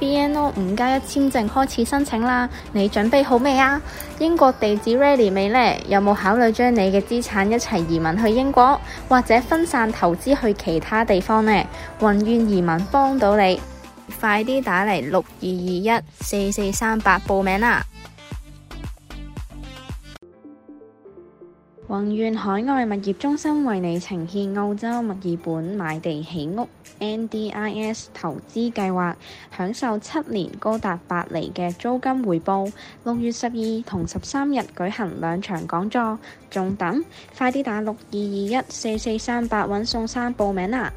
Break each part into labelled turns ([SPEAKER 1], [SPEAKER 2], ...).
[SPEAKER 1] BNO 五加一簽證開始申請啦，你準備好未啊？英國地址 ready 未呢？有冇考慮將你嘅資產一齊移民去英國，或者分散投資去其他地方呢？宏願移民幫到你，快啲打嚟六二二一四四三八報名啦！宏願海外物業中心為你呈現澳洲墨爾本買地起屋 NDIS 投資計劃，享受七年高達八厘嘅租金回報。六月十二同十三日舉行兩場講座，仲等？快啲打六二二一四四三八揾宋生報名啦！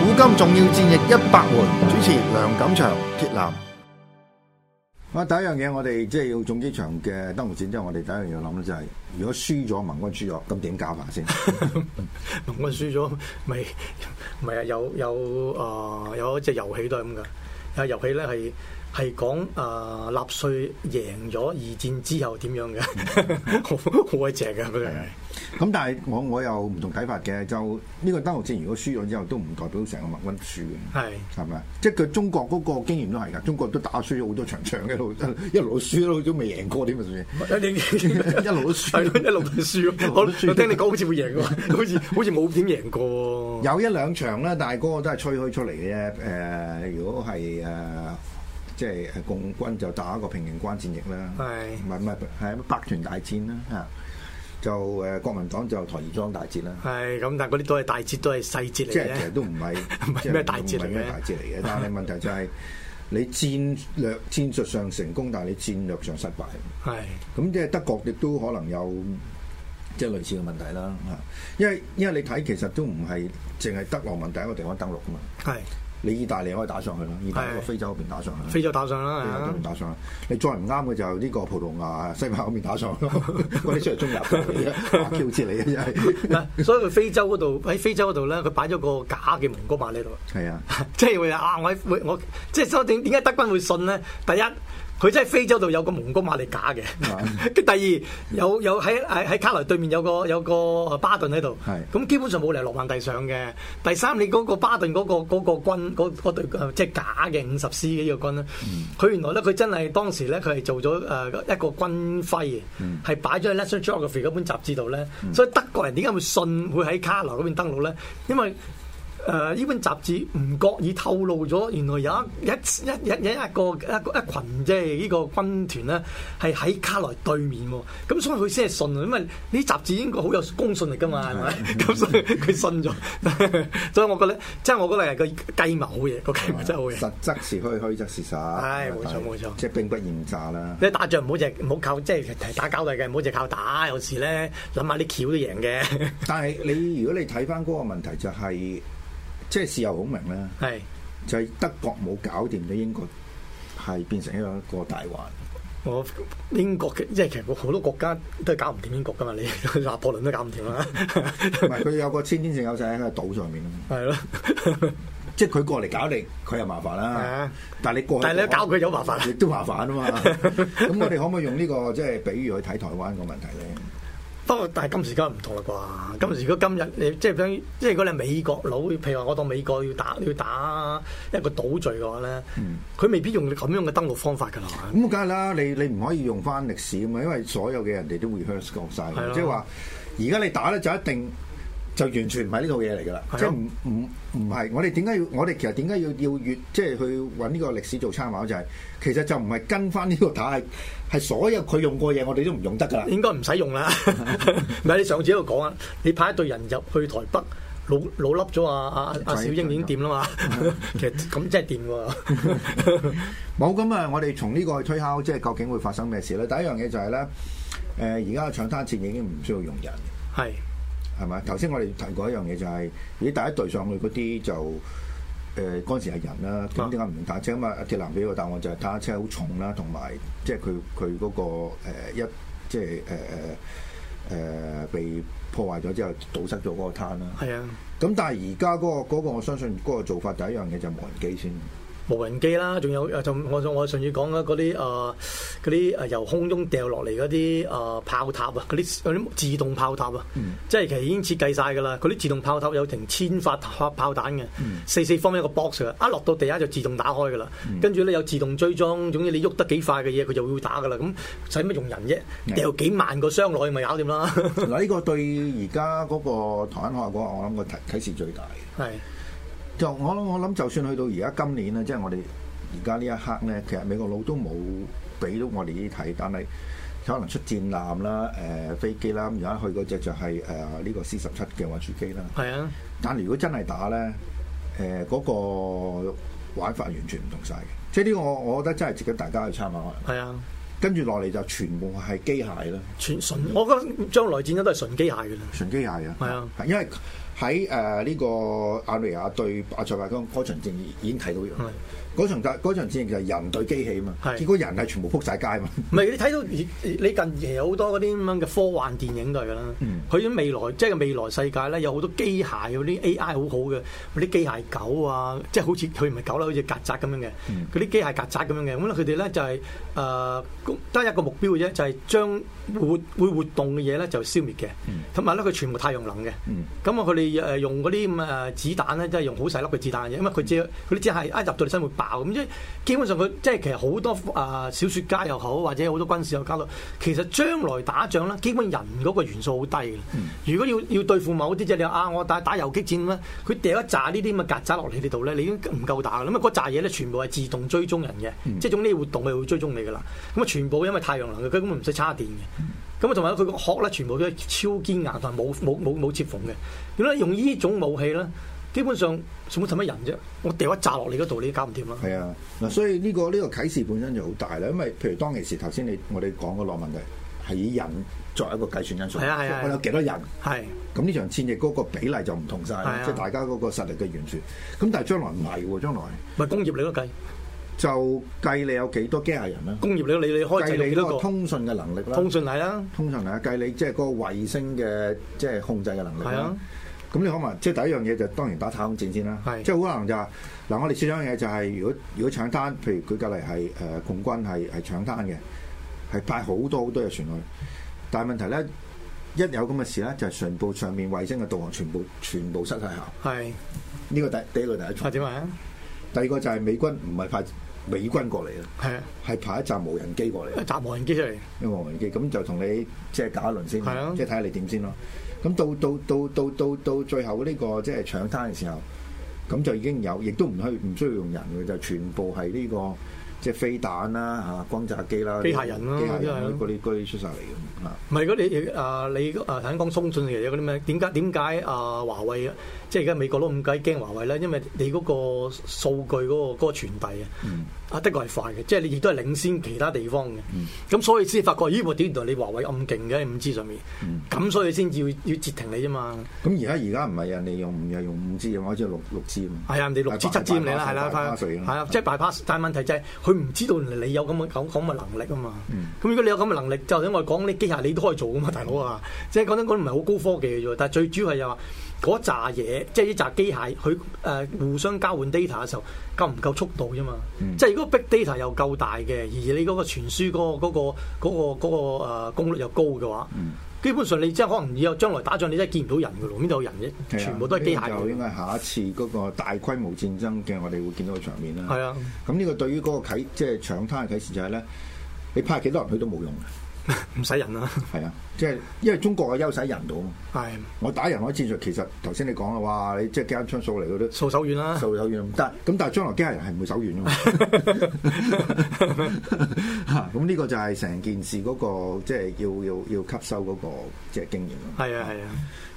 [SPEAKER 2] 古今重要戰役一百回，主持梁錦祥、鐵男。啊，第一樣嘢我哋即係要中機場嘅登陸戰之後，我哋第一樣嘢要諗咧就係、如果輸咗盟軍輸咗，咁點搞法先？
[SPEAKER 3] 盟軍輸咗，咪咪啊有有啊、有一隻遊戲都係咁噶。有遊戲咧係係講啊納粹贏咗二戰之後點樣
[SPEAKER 2] 嗯
[SPEAKER 3] 嘅， 好好鬼正嘅佢係。
[SPEAKER 2] 咁但 係我我有唔同睇法嘅，就呢個登陸戰如果輸咗之後，都唔代表成個盟軍輸嘅。
[SPEAKER 3] 係
[SPEAKER 2] 係啊咪？即係佢中國嗰個經驗都係㗎，中國都打輸咗好多場仗，一路一路輸，一路都未贏過添啊！ 算
[SPEAKER 3] 你
[SPEAKER 2] 一路都輸
[SPEAKER 3] 係咯一路都 輸。我
[SPEAKER 2] 一路都輸
[SPEAKER 3] 我聽你講好似會贏喎，好似好似冇點贏過 喎。
[SPEAKER 2] 有一兩場啦，但係嗰個都係吹噓出嚟嘅啫。誒、如果係誒、即係誒共軍就打一個平型關戰役啦，
[SPEAKER 3] 係
[SPEAKER 2] 唔係唔係係啊百團大戰啦嚇。就誒、國民黨就台兒莊大戰啦，
[SPEAKER 3] 係咁，但係嗰啲都係大節，都係細節嚟
[SPEAKER 2] 即係其實
[SPEAKER 3] 嘅。
[SPEAKER 2] 都唔係
[SPEAKER 3] 唔係
[SPEAKER 2] 即係
[SPEAKER 3] 咩大節嚟嘅
[SPEAKER 2] 唔係咩大節嚟嘅。但係問題就係、你戰 略戰術上成功，但係你戰略上失敗。
[SPEAKER 3] 係
[SPEAKER 2] 咁即係德國亦都可能有即係類似嘅問題啦嚇，因為因為你睇其實都唔係淨係德羅文第一個地方登陸噶嘛。
[SPEAKER 3] 係
[SPEAKER 2] 你意大利可以打上去啦，意大利個
[SPEAKER 3] 係
[SPEAKER 2] 非洲嗰邊打上去啦，
[SPEAKER 3] 非洲打上啦，
[SPEAKER 2] 非
[SPEAKER 3] 係
[SPEAKER 2] 洲
[SPEAKER 3] 啊
[SPEAKER 2] 嗰邊打上去。你再唔啱嘅就呢個葡萄牙、 西班牙嗰邊打上 去咯，嗰啲出嚟中立嚟嘅，話 Q 之嚟嘅真係。
[SPEAKER 3] 嗱，啊所以佢非洲嗰度喺非洲嗰度咧，佢擺咗個假嘅蒙哥馬利度，
[SPEAKER 2] 係啊，
[SPEAKER 3] 即係會啊！我喺會我即係所以點點解德軍會信咧？第一，佢真係非洲度有個蒙哥馬利假嘅
[SPEAKER 2] 啊，
[SPEAKER 3] 跟 第二有有喺喺喺卡萊對面有個有個巴頓喺度
[SPEAKER 2] 係，
[SPEAKER 3] 咁基本上冇理由諾曼第上嘅。第三，你嗰個巴頓嗰、個嗰、個軍嗰嗰隊呃即係假嘅五十師嘅呢個軍咧，
[SPEAKER 2] 嗯
[SPEAKER 3] 佢、原來咧佢真係當時咧佢係做咗誒一個軍徽嘅，
[SPEAKER 2] 嗯
[SPEAKER 3] 係擺咗喺 National Geography 嗰本雜誌度咧。所以德國人點解會信會喺卡萊嗰邊登陸咧？因為誒呢、本呃雜誌唔覺意透露咗，原來有一一一一一一個一個一群即係呢個軍團咧，係喺卡萊對面喎。咁所以佢先係信啊，因為呢啲雜誌應該好有公信力噶嘛，係咪？咁所以佢信咗， 所以我覺得即係我覺得係個計謀好嘢，個計謀 真係好嘢。
[SPEAKER 2] 實則是虛，虛則是實。
[SPEAKER 3] 係冇錯冇錯
[SPEAKER 2] 即係兵不厭詐啦。
[SPEAKER 3] 你打仗唔好淨係唔好靠即係打交代嘅，唔好淨係靠打。有時咧諗下啲橋都贏嘅，
[SPEAKER 2] 但係你如果你睇翻嗰個問題就係，即係事後好明啦，
[SPEAKER 3] 係
[SPEAKER 2] 就係德國冇搞掂咗英國，係變成一個一個大患。
[SPEAKER 3] 我英國嘅，即係其實好多國家都係搞唔掂英國噶嘛，你 拿破崙都搞唔掂啦。
[SPEAKER 2] 唔係佢有個先天性優勢喺個島上面啊嘛
[SPEAKER 3] 係咯，
[SPEAKER 2] 即係佢過嚟搞你，佢又麻煩
[SPEAKER 3] 係
[SPEAKER 2] 啦
[SPEAKER 3] 啊。
[SPEAKER 2] 但係你過去，
[SPEAKER 3] 但係你搞佢有麻煩
[SPEAKER 2] 亦都麻煩啊 嘛。咁我哋可唔可以用呢、個即係比喻去睇台灣個問題咧？
[SPEAKER 3] 不過但係今時今日唔同啦啩，今時如果今日你即係等於即係如果你係美國佬，譬如話我當美國要打要打一個島嶼嘅話咧，佢、未必用咁樣嘅登陸方法㗎啦。
[SPEAKER 2] 咁梗係啦，你你唔可以用翻歷史啊嘛，因為所有嘅人哋都 rehearse 過晒
[SPEAKER 3] 係
[SPEAKER 2] 嘅，
[SPEAKER 3] 咯
[SPEAKER 2] 即係話而家你打咧就一定。就完全唔係呢套嘢嚟㗎啦，
[SPEAKER 3] 係咯
[SPEAKER 2] 即係唔唔唔係。我哋點解要？我哋其實點解要要越即係去揾呢個歷史做參考？就係、其實就唔係跟翻呢個打，係係所有佢用過嘢，我哋都唔用得㗎啦。
[SPEAKER 3] 應該唔使用啦。唔係你上次喺度講啊，你派一隊人入去台北老老笠咗啊啊啊小英已經掂啦 嘛，其實咁真係掂 喎。
[SPEAKER 2] 冇咁啊！我哋從呢個去推敲，即係究竟會發生咩事咧？第一樣嘢就係、咧，誒而家嘅搶灘戰已經唔需要用人，
[SPEAKER 3] 係
[SPEAKER 2] 係咪？頭先我哋提過一樣嘢就係、咦第一隊上去嗰啲就誒嗰陣時係人啦，咁點解唔用坦克？咁啊，鐵男俾個答案就係坦克車好重啦，同埋即係佢佢嗰個、呃、一即係誒誒誒被破壞咗之後堵塞咗嗰個灘啦。
[SPEAKER 3] 係啊。
[SPEAKER 2] 咁但係而家嗰個嗰、個我相信嗰個做法第一樣嘢就係無人機先。
[SPEAKER 3] 無人機啦，仲有誒，呃仲我仲我上次講啦，嗰啲誒呃嗰啲誒由空中掉落嚟嗰啲誒炮塔啊，嗰啲嗰啲自動炮塔啊，即係其實已經設計晒㗎啦。嗰啲自動炮塔有成千發炮炮彈嘅，四四方一個 box 嘅，一落到地下就自動打開㗎啦。跟住咧有自動追蹤，總之你喐得幾快嘅嘢，佢就會打㗎啦。咁使乜用人啫？
[SPEAKER 2] 係
[SPEAKER 3] 掉幾萬個箱落去咪搞掂啦。
[SPEAKER 2] 嗱，呢個對而家嗰個台灣海峽嗰個，我諗個提啟示最大嘅。
[SPEAKER 3] 係
[SPEAKER 2] 就我諗，我諗就算去到而家今年啊咧，即係我哋而家呢一刻咧，其實美國佬都冇俾到我哋呢啲睇，但係可能出戰艦啦、誒、飛機啦，咁而家去嗰只就係誒呢個 C 十七嘅運輸機啦。
[SPEAKER 3] 係啊，
[SPEAKER 2] 但係如果真係打咧，誒、嗰、個玩法完全唔同晒嘅，即係呢個我我覺得真係值得大家去參考。
[SPEAKER 3] 係啊，
[SPEAKER 2] 跟住落嚟就全部係機械啦。
[SPEAKER 3] 全純，我覺得將來戰爭都係純機械㗎啦。
[SPEAKER 2] 純機械嘅，
[SPEAKER 3] 係啊，
[SPEAKER 2] 因為喺誒呢個亞美尼亞對阿塞拜疆嗰場戰已經睇到
[SPEAKER 3] 係
[SPEAKER 2] 樣，嗰場大嗰場戰就係人對機器嘛，
[SPEAKER 3] 係
[SPEAKER 2] 結果人係全部撲晒街啊嘛，
[SPEAKER 3] 唔係你睇到而你近期有好多嗰啲咁樣嘅科幻電影都係㗎啦，佢啲、未來即係未來世界咧有好多機械嗰啲 AI 好好嘅，嗰啲機械狗啊，即係好似佢唔係狗啦，好似曱甴咁樣嘅，嗰啲、機械曱甴咁樣嘅，咁咧佢哋咧就係、誒得一個目標嘅啫，就係、將活會活動嘅嘢咧就消滅嘅，同埋咧佢全部太陽能嘅，咁啊佢哋誒用嗰啲咁誒子彈咧，即係用好細粒嘅子彈嘅啫，因為佢只佢啲只係啊一入到你身會爆，咁即係基本上佢即係其實好多啊、小説家又好，或者好多軍事又搞到，其實將來打仗咧，基本人嗰個元素好低嘅。如果要要對付某啲即係你話啊，我打打遊擊戰咧，佢掉一紮呢啲咁嘅曱甴落你哋度咧，你已經唔夠打㗎啦。咁啊嗰紮嘢咧，全部係自動追蹤人嘅，即係總之活動佢會追蹤你㗎啦。咁啊全部因為太陽能嘅，佢根本唔使叉電嘅。咁啊，同埋佢個殼咧，全部都係超堅硬，同埋冇冇冇冇接縫嘅。如果用呢種武器咧，基本上做乜使乜人啫？我掉一炸落你嗰度，你都搞唔掂啦。
[SPEAKER 2] 係啊，嗱，所以呢、個呢、個啟示本身就好大啦，因為譬如當其時頭先你我哋講嗰個問題係以人作為一個計算因素，
[SPEAKER 3] 係啊係啊
[SPEAKER 2] 我有幾多人，
[SPEAKER 3] 係
[SPEAKER 2] 咁呢場戰役嗰個比例就唔同晒啦，
[SPEAKER 3] 係啊
[SPEAKER 2] 即係大家嗰個實力嘅懸殊，咁但係將來唔係喎，將來
[SPEAKER 3] 咪工業你都計？
[SPEAKER 2] 就計你有幾多機械人啦，
[SPEAKER 3] 工業你你你開
[SPEAKER 2] 計
[SPEAKER 3] 制到
[SPEAKER 2] 你
[SPEAKER 3] 幾
[SPEAKER 2] 嗰
[SPEAKER 3] 多
[SPEAKER 2] 個
[SPEAKER 3] 個？
[SPEAKER 2] 通訊啊嘅能力啦。
[SPEAKER 3] 通訊係啦，
[SPEAKER 2] 通常嚟計你即係嗰個衛星嘅即係控制嘅能力
[SPEAKER 3] 係
[SPEAKER 2] 啦
[SPEAKER 3] 啊。
[SPEAKER 2] 咁你可能即係第一樣嘢就當然打太空戰先啦，
[SPEAKER 3] 係
[SPEAKER 2] 即係好可能就係、嗱，我哋試咗樣嘢就係、如果如果搶灘，譬如舉隔例係誒共軍係係搶灘嘅，係派好多好多嘅船去，但係問題咧一有咁嘅事咧，就係、全部上面衛星嘅導航全部全部失晒效，
[SPEAKER 3] 係
[SPEAKER 2] 呢、個第第一個第一
[SPEAKER 3] 係
[SPEAKER 2] 重，
[SPEAKER 3] 點啊？
[SPEAKER 2] 第二個就係美軍唔係派美軍過嚟啦，
[SPEAKER 3] 係啊，
[SPEAKER 2] 係派一架無人機過嚟。
[SPEAKER 3] 一搭無人機出嚟，
[SPEAKER 2] 因為無人機，咁就同你即係打一輪先，
[SPEAKER 3] 係啊
[SPEAKER 2] 即係睇下你點先咯。咁到到到到到到最後呢、個即係搶灘嘅時候，咁就已經有，亦都唔需唔需要用人嘅，就全部係呢、個即係飛彈啦、嚇轟炸機啦、
[SPEAKER 3] 機械人啦
[SPEAKER 2] 機械人啦
[SPEAKER 3] 真係
[SPEAKER 2] 嗰啲嗰啲出晒嚟咁啊。
[SPEAKER 3] 唔係嗰你啊你啊頭先講通訊其實嗰啲咩？點解點解啊華為即係而家美國都咁鬼驚華為咧？因為你嗰個數據嗰、個嗰、個傳遞啊。啊，的確係快嘅，即係你亦都係領先其他地方嘅。咁、所以先發覺，咦？我點原來你華為咁勁嘅五 G 上面，咁、所以先要要截停你啫嘛。
[SPEAKER 2] 咁而家而家唔係人哋用唔係用五 G，我只六六 G 啊嘛。
[SPEAKER 3] 係啊，人哋六支七支咁你啦，係啦，
[SPEAKER 2] 係
[SPEAKER 3] 係啊，即係 bypass。但係問題就係佢唔知道你有咁嘅咁咁嘅能力啊嘛。
[SPEAKER 2] 嗯
[SPEAKER 3] 咁如果你有咁嘅能力，就因為講啲機械你都可以做噶嘛，大佬啊。即係講真，嗰啲唔係好高科技嘅啫，但係最主要係又話嗰扎嘢，即係呢扎機械佢誒互相交換 data 嘅時候，夠唔夠速度啫嘛。
[SPEAKER 2] 嗯
[SPEAKER 3] 即係如果 big data 又夠大嘅，而你嗰個傳輸嗰個嗰個嗰個嗰個誒功率又高嘅話。
[SPEAKER 2] 嗯
[SPEAKER 3] 基本上你即係可能以後將來打仗，你真係見唔到人嘅咯，邊度有人啫？
[SPEAKER 2] 係啊
[SPEAKER 3] 全部都係機
[SPEAKER 2] 呢
[SPEAKER 3] 械
[SPEAKER 2] 個就應
[SPEAKER 3] 嘅。
[SPEAKER 2] 該係下一次嗰個大規模戰爭嘅，我哋會見到嘅場面啦。
[SPEAKER 3] 係啊。
[SPEAKER 2] 咁呢個對於嗰個啟即係搶灘嘅啟示就係咧，你派幾多人去都冇用嘅，
[SPEAKER 3] 唔使人啦，
[SPEAKER 2] 係啊，即係因為中國嘅優勢喺人度啊嘛。
[SPEAKER 3] 係
[SPEAKER 2] 我打人海戰術其實頭先你講啦，哇！你即係幾間槍數嚟嗰啲。
[SPEAKER 3] 掃手軟啦，
[SPEAKER 2] 手手軟唔得，咁但係將來機械人係唔會手 軟噶嘛。咁呢個就係成件事嗰、個即係要要要吸收嗰、個即係經驗咯。
[SPEAKER 3] 係啊係啊，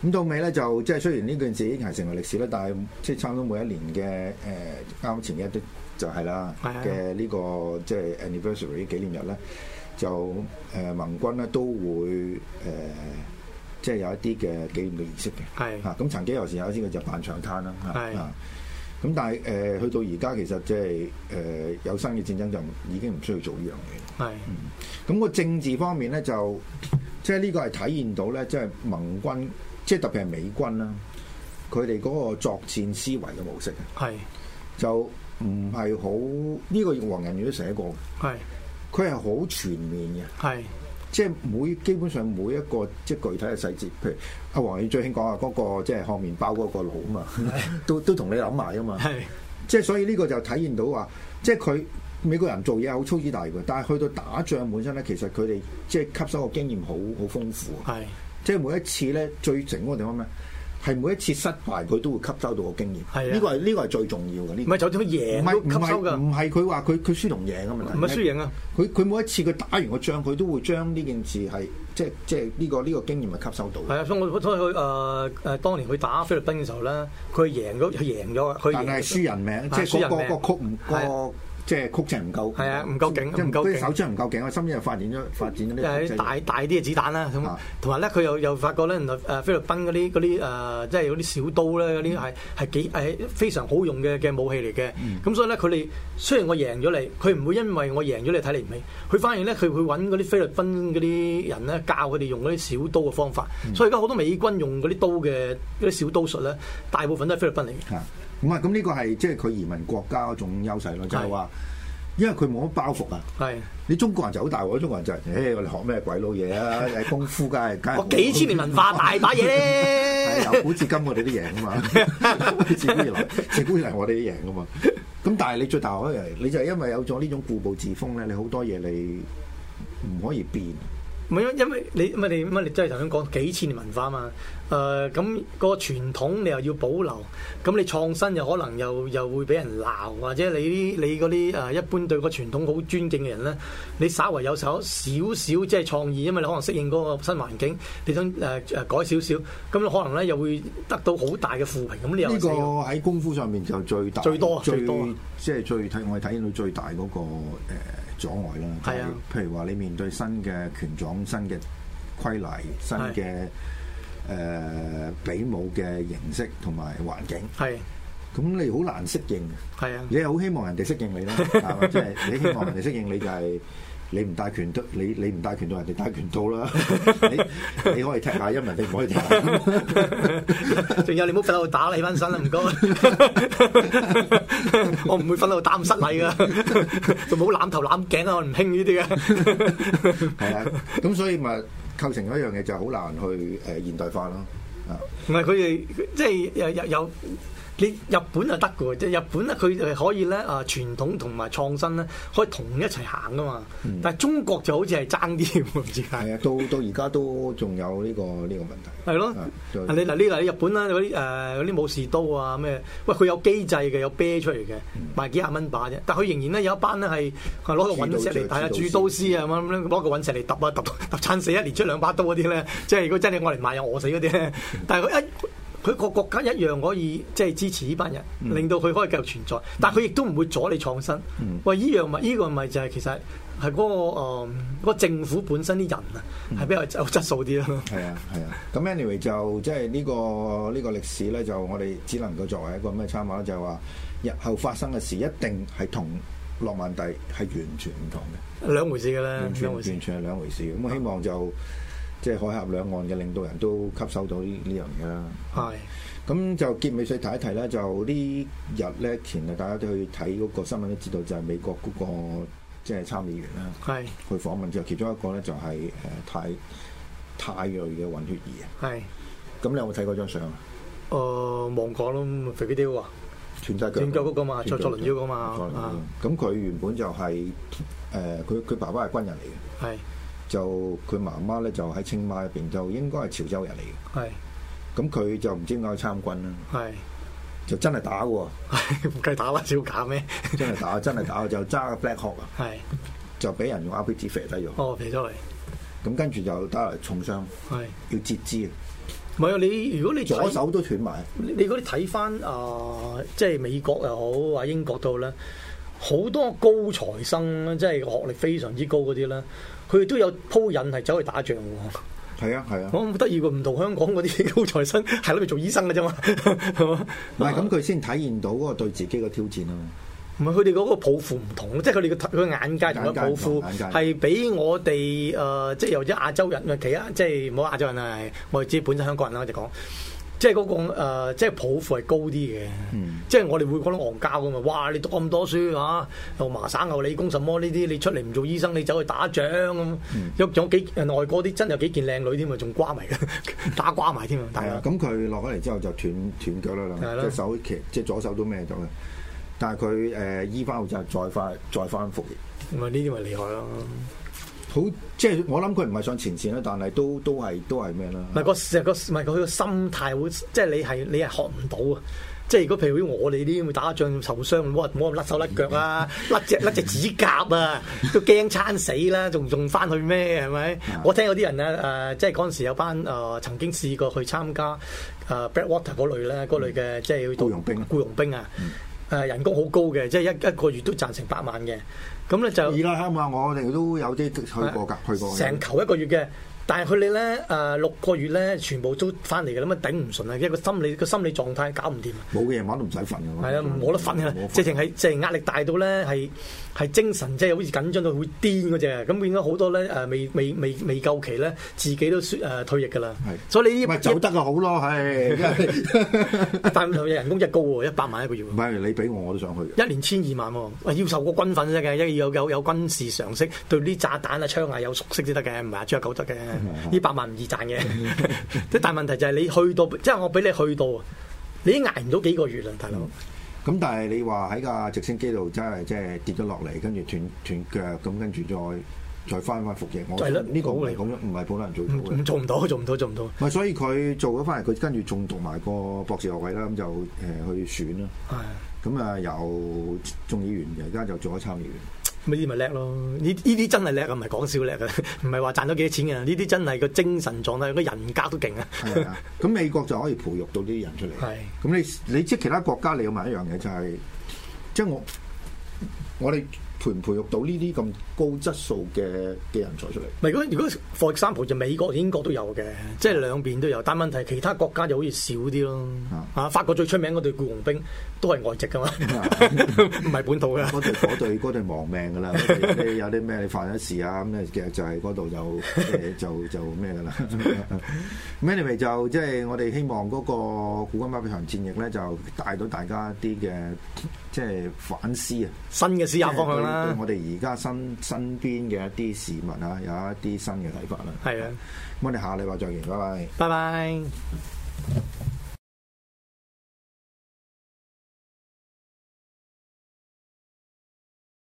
[SPEAKER 2] 咁到尾咧就即係雖然呢件事已經係成為歷史啦，但係即係差唔多每一年嘅呃誒啱前一都就係啦
[SPEAKER 3] 係啊
[SPEAKER 2] 嘅呢個即係 anniversary 紀念日咧，就誒、呃盟軍咧都會誒、呃即係有一啲嘅紀念嘅儀式嘅。
[SPEAKER 3] 係
[SPEAKER 2] 嚇咁曾經有時有啲佢就扮長灘啦嚇。
[SPEAKER 3] 係
[SPEAKER 2] 啊咁但係誒、呃去到而家其實即係誒有新嘅戰爭就已經唔需要做呢樣嘢。
[SPEAKER 3] 係
[SPEAKER 2] 咁個政治方面咧，就即係呢個係體現到咧，即係盟軍，即係特別係美軍啦，佢哋嗰個作戰思維嘅模式，
[SPEAKER 3] 係
[SPEAKER 2] 就唔係好呢個黃仁宇都寫過，
[SPEAKER 3] 係
[SPEAKER 2] 佢係好全面嘅，
[SPEAKER 3] 係
[SPEAKER 2] 即係每基本上每一個即係具體嘅細節，譬如阿黃仁宇最興講啊，嗰、個即係烘麵包嗰個爐啊嘛，都都同你諗埋啊嘛。
[SPEAKER 3] 係
[SPEAKER 2] 即係所以呢個就體現到話，即係佢美國人做嘢好粗枝大葉嘅，但係去到打仗本身咧，其實佢哋即係吸收嘅經驗好好豐富啊。
[SPEAKER 3] 係
[SPEAKER 2] 即係每一次咧最成功嘅地方咩？係每一次失敗佢都會吸收到個經驗。
[SPEAKER 3] 係啊
[SPEAKER 2] 呢個係呢個係最重要嘅。呢
[SPEAKER 3] 唔
[SPEAKER 2] 個
[SPEAKER 3] 係就算
[SPEAKER 2] 唔
[SPEAKER 3] 贏
[SPEAKER 2] 係
[SPEAKER 3] 都
[SPEAKER 2] 唔
[SPEAKER 3] 吸收
[SPEAKER 2] 係
[SPEAKER 3] 㗎，
[SPEAKER 2] 唔係佢話佢佢輸同贏嘅問題，
[SPEAKER 3] 唔係輸贏啊，
[SPEAKER 2] 佢佢每一次佢打完個仗，佢都會將呢件事係即係即係呢個呢個經驗係吸收到嘅。
[SPEAKER 3] 係啊，所以我所以佢誒誒當年佢打菲律賓嘅時候咧，佢贏咗，佢贏咗，佢
[SPEAKER 2] 但係輸人命，
[SPEAKER 3] 啊
[SPEAKER 2] 即係
[SPEAKER 3] 輸
[SPEAKER 2] 嗰
[SPEAKER 3] 人
[SPEAKER 2] 個
[SPEAKER 3] 命
[SPEAKER 2] 個曲唔
[SPEAKER 3] 係
[SPEAKER 2] 個即係曲程唔夠，
[SPEAKER 3] 係啊唔夠勁
[SPEAKER 2] 即係
[SPEAKER 3] 唔夠
[SPEAKER 2] 嗰啲
[SPEAKER 3] 勁
[SPEAKER 2] 手槍唔夠勁，我深圳發展咗發展咗呢
[SPEAKER 3] 又
[SPEAKER 2] 個曲
[SPEAKER 3] 係啲
[SPEAKER 2] 制
[SPEAKER 3] 大大啲嘅子彈啦，咁
[SPEAKER 2] 啊
[SPEAKER 3] 同埋咧佢又又發覺咧，原來誒菲律賓嗰啲嗰啲誒，即係嗰啲小刀咧，
[SPEAKER 2] 嗯
[SPEAKER 3] 嗰啲係係幾係非常好用嘅嘅武器嚟嘅。咁、
[SPEAKER 2] 嗯
[SPEAKER 3] 所以咧，佢哋雖然我贏咗你，佢唔會因為我贏咗你睇你唔起，佢反而咧佢會揾嗰啲菲律賓嗰啲人咧教佢哋用嗰啲小刀嘅方法。
[SPEAKER 2] 嗯
[SPEAKER 3] 所以而家好多美軍用嗰啲刀嘅嗰啲小刀術咧，大部分都係菲律賓嚟嘅。
[SPEAKER 2] 嚇。咁啊，咁呢個係即係佢移民國家嗰種優勢咯，就係話因為佢冇乜包袱啊。
[SPEAKER 3] 係
[SPEAKER 2] 你中國人就好大鑊，中國人就係、誒我哋學咩鬼佬嘢 啊？誒功夫梗係梗係
[SPEAKER 3] 我幾千年文化大把嘢咧。
[SPEAKER 2] 係由古至今我哋都贏啊 嘛，自古以來，自古以嚟我哋都贏啊嘛。咁但係你最大可能，你就係因為有咗呢種固步自封咧，你好多嘢你唔可以變。
[SPEAKER 3] 唔係因因為你乜你乜你真係頭先講幾千年文化嘛？誒、咁、個傳統你又要保留，咁你創新又可能又又會俾人鬧，或者你啲你嗰啲誒一般對個傳統好尊敬嘅人咧，你稍為有少少少即係創意，因為你可能適應嗰個新環境，你想誒誒、改少少，咁你可能咧又會得到好大嘅負評，咁你又
[SPEAKER 2] 呢
[SPEAKER 3] 死
[SPEAKER 2] 個
[SPEAKER 3] 喎
[SPEAKER 2] 喺功夫上面就最大
[SPEAKER 3] 最多啊
[SPEAKER 2] 最
[SPEAKER 3] 最多
[SPEAKER 2] 即係最睇我哋體現到最大嗰個呃阻礙啦。
[SPEAKER 3] 係啊
[SPEAKER 2] 就係譬如話你面對新嘅拳掌、新嘅規例、新嘅誒比武嘅形式同埋環境，
[SPEAKER 3] 係
[SPEAKER 2] 咁你好難適應嘅。
[SPEAKER 3] 係啊
[SPEAKER 2] 你係好希望人哋適應 你啦，係嘛？即係你希望人哋適應你就係你唔戴拳套，你你唔戴拳套，人哋戴拳套 啦。你你可以踢下，因為人哋唔可以踢下。
[SPEAKER 3] 仲有你唔好瞓喺度打啦，起翻身啦，啊唔該。我唔會瞓喺度打咁失禮噶，仲冇攬頭攬頸啊，我唔興呢啲嘅。
[SPEAKER 2] 係啊，咁所以咪構成一樣嘢就好難去誒現代化咯。啊，
[SPEAKER 3] 唔係佢哋即係有有有。你日本就得嘅喎，即係日本咧，佢係可以咧啊傳統同埋創新咧，可以同一齊行噶嘛。但係中國就好似係爭啲喎，唔知解。
[SPEAKER 2] 係啊，到到而家都仲有呢個呢個問題。
[SPEAKER 3] 係咯
[SPEAKER 2] 啊，
[SPEAKER 3] 你
[SPEAKER 2] 就
[SPEAKER 3] 嗱呢嗱日本啦，嗰啲誒嗰啲武士刀啊咩，喂佢有機制嘅，有啤出嚟嘅，
[SPEAKER 2] 嗯
[SPEAKER 3] 賣幾廿蚊把啫。但佢仍然咧有一班咧係係攞個隕石嚟，
[SPEAKER 2] 鑄刀
[SPEAKER 3] 係啊，
[SPEAKER 2] 鑄
[SPEAKER 3] 鑄
[SPEAKER 2] 刀
[SPEAKER 3] 刀師啊咁樣攞個隕石嚟揼啊揼揼親死一年出兩把刀嗰啲咧，即係如果真係我嚟賣又餓死嗰啲咧。
[SPEAKER 2] 嗯
[SPEAKER 3] 但係佢一佢個國家一樣可以即係支持呢班人，
[SPEAKER 2] 嗯
[SPEAKER 3] 令到佢可以繼續存在，但係佢亦都唔會阻你創新。
[SPEAKER 2] 嗯
[SPEAKER 3] 喂，依樣咪依個咪就係其實係嗰個誒嗰個政府本身啲人啊，
[SPEAKER 2] 嗯
[SPEAKER 3] 係比較有質素啲咯。
[SPEAKER 2] 係啊，係啊。咁 anyway 就即係呢個呢個歷史咧，就我哋只能夠作為一個咩參考啦，就係話日後發生嘅事一定係同諾曼第係完全唔同嘅。
[SPEAKER 3] 兩回事嘅啦，
[SPEAKER 2] 完全
[SPEAKER 3] 兩
[SPEAKER 2] 完
[SPEAKER 3] 回事
[SPEAKER 2] 全。係兩回事嘅。咁我希望就即係海峽兩岸嘅領導人都吸收到呢呢樣嘢啦。
[SPEAKER 3] 係
[SPEAKER 2] 咁就結尾再提一提啦，就呢日咧前日大家都去睇嗰個新聞都知道，就係美國嗰、個即係參議員啦，
[SPEAKER 3] 係
[SPEAKER 2] 去訪問就其中一個咧就係、誒、泰泰裔嘅混血兒啊。
[SPEAKER 3] 係，
[SPEAKER 2] 咁你有冇睇過張相啊？
[SPEAKER 3] 誒望過咯，肥肥雕啊，
[SPEAKER 2] 斷晒腳，
[SPEAKER 3] 斷腳嗰個嘛
[SPEAKER 2] 斷腳
[SPEAKER 3] 左左輪腰嗰個嘛
[SPEAKER 2] 左輪腰
[SPEAKER 3] 啊
[SPEAKER 2] 呃咁佢原本就係、誒，佢佢爸爸係軍人嚟嘅。
[SPEAKER 3] 係
[SPEAKER 2] 就佢媽媽咧就喺清邁入邊，就應該係潮州人嚟
[SPEAKER 3] 係
[SPEAKER 2] 嘅。咁佢就唔知點解去參軍啦，
[SPEAKER 3] 係
[SPEAKER 2] 就真係打喎，
[SPEAKER 3] 係唔計打啦，少假咩？
[SPEAKER 2] 真係打，真係打，就揸個 Black Hawk 啊，
[SPEAKER 3] 係
[SPEAKER 2] 就俾人用 RPG 射低咗。
[SPEAKER 3] 哦，肥咗嚟
[SPEAKER 2] 咁跟住就打嚟重傷，
[SPEAKER 3] 係。
[SPEAKER 2] 要截肢，
[SPEAKER 3] 唔係啊！你如果你睇
[SPEAKER 2] 左手都斷埋。
[SPEAKER 3] 你你嗰啲睇翻啊，即係美國又好啊，英國都好啦，好多高材生啦，即係學歷非常之高嗰啲啦，佢哋都有鋪癮係走去打仗喎。
[SPEAKER 2] 係啊，係啊。
[SPEAKER 3] 我好得意喎，唔同香港嗰啲高材生係諗住做醫生嘅啫嘛，係嘛？
[SPEAKER 2] 唔係咁，佢先體現到嗰個對自己嘅挑戰啊嘛。
[SPEAKER 3] 唔係佢哋嗰個抱負唔同，即係佢哋嘅佢嘅眼界同埋抱負
[SPEAKER 2] 眼界唔同眼界
[SPEAKER 3] 係比我哋誒、呃即係由啲亞洲人啊，其他即係唔好亞洲人啊，係我哋知本身香港人啦，我哋講，即係嗰、個、呃、即係抱負係高啲嘅，
[SPEAKER 2] 嗯
[SPEAKER 3] 即係我哋會講到戇交噶嘛，哇！你讀咁多書嚇、啊又麻省又理工什麼呢啲，你出嚟唔做醫生，你走去打仗咁，
[SPEAKER 2] 嗯
[SPEAKER 3] 有有幾人外國啲真有幾件靚女添啊，仲瓜埋 嘅，打瓜埋添啊，大
[SPEAKER 2] 係
[SPEAKER 3] 佬
[SPEAKER 2] 啊，咁佢落咗嚟之後就斷斷腳啦，
[SPEAKER 3] 係
[SPEAKER 2] 兩
[SPEAKER 3] 啦
[SPEAKER 2] 隻手其即係左手都咩咗嘅。但係佢誒醫翻好就再翻再翻復
[SPEAKER 3] 咁啊呢啲咪厲害咯。
[SPEAKER 2] 好即係我諗佢唔係上前線啦，但係都都係都係咩啦？
[SPEAKER 3] 唔係個成個唔係佢個心態會，即係你係你係學唔到啊！即係如果譬如我哋啲咁打仗受傷，冇人冇人甩手甩腳 啊，甩隻甩隻指甲啊，都驚餐死啦，仲仲翻去咩？係咪？我聽有啲人啊，誒、即係嗰陣時有班誒、呃曾經試過去參加誒、呃 Blackwater 嗰類咧，嗰類嘅即係要
[SPEAKER 2] 嗯僱傭兵嗯
[SPEAKER 3] 僱傭兵啊，誒、人工好高嘅，即係一一個月都賺成百萬嘅，咁咧就
[SPEAKER 2] 伊。拉克啊，我哋都有啲去過㗎，去過嘅。
[SPEAKER 3] 成球一個月嘅。但係佢哋咧，誒、六個月咧，全部都翻嚟嘅，咁啊頂唔順啦，因為個心理個心理狀態搞唔掂啊，
[SPEAKER 2] 冇嘅夜晚都唔使瞓㗎嘛。
[SPEAKER 3] 係啊，冇得瞓啊
[SPEAKER 2] 哦冇，
[SPEAKER 3] 直情係直情壓力大到咧，係係精神即係好似緊張到會癲嗰只，啊咁變咗好多咧誒、未未未未夠期咧，自己都誒、退役㗎啦
[SPEAKER 2] 係，
[SPEAKER 3] 所以你
[SPEAKER 2] 咪
[SPEAKER 3] 呢
[SPEAKER 2] 走得就好咯， 係。因為
[SPEAKER 3] 但係人工真係高喎，一百萬一個月喎
[SPEAKER 2] 唔。係你俾我我都想去嘅。
[SPEAKER 3] 一年千二萬喎、喂要受過軍訓先得嘅，一要有有有軍事常識，對呢炸彈啊槍械有熟悉先得嘅，唔係啊，豬狗得嘅，呢百萬唔易賺嘅。 即係但問題就係你去到，即係我俾你去到，你已經捱唔到幾個月啦，大佬。
[SPEAKER 2] 咁但係你話喺架直升機度真係即係跌咗落嚟，跟住斷斷腳，咁跟住再再翻翻復役，我
[SPEAKER 3] 就係啦
[SPEAKER 2] 呢個唔係
[SPEAKER 3] 好嗯
[SPEAKER 2] 咁唔係普通人做到
[SPEAKER 3] 唔
[SPEAKER 2] 嘅
[SPEAKER 3] 唔。做唔到，做唔到，做唔到，
[SPEAKER 2] 咪所以佢做咗翻嚟，佢跟住仲讀埋個博士學位啦，咁就誒、去選啦。
[SPEAKER 3] 係
[SPEAKER 2] 咁啊由眾議員而家就做咗參議員。
[SPEAKER 3] 咁呢啲咪叻咯？呢呢啲真係叻啊，唔係講笑叻啊，唔係話賺咗幾多錢嘅，呢啲真係個精神狀態、個人格都勁啊！
[SPEAKER 2] 係 啊，咁美國就可以培育到呢啲人出嚟
[SPEAKER 3] 係。
[SPEAKER 2] 咁你你即係其他國家，你要問一樣嘢就係、即係我我哋培唔培育到呢啲咁高質素嘅嘅人才出嚟？
[SPEAKER 3] 唔係，如果如果 for example 就美國、英國都有嘅，即係兩邊都有。但問題其他國家就好似少啲咯。啊，法國最出名嗰隊僱傭兵都係外籍噶嘛， 唔係本土
[SPEAKER 2] 嗰
[SPEAKER 3] 嘅。
[SPEAKER 2] 隊 嗰隊嗰隊亡命㗎啦，嗰隊有啲咩你犯咗事啊咁咧，其實就係嗰度就誒就就咩㗎啦。咁 anyway 就即係我哋希望嗰個古今百場戰役咧，就帶到大家一啲嘅即係反思啊，
[SPEAKER 3] 新嘅思考方向
[SPEAKER 2] 即係，
[SPEAKER 3] 啦
[SPEAKER 2] 對對我哋而家身身邊嘅一啲事物啊，有一啲新嘅睇法啦。
[SPEAKER 3] 係啊，
[SPEAKER 2] 咁我哋下禮拜再見，拜拜。
[SPEAKER 3] 拜拜。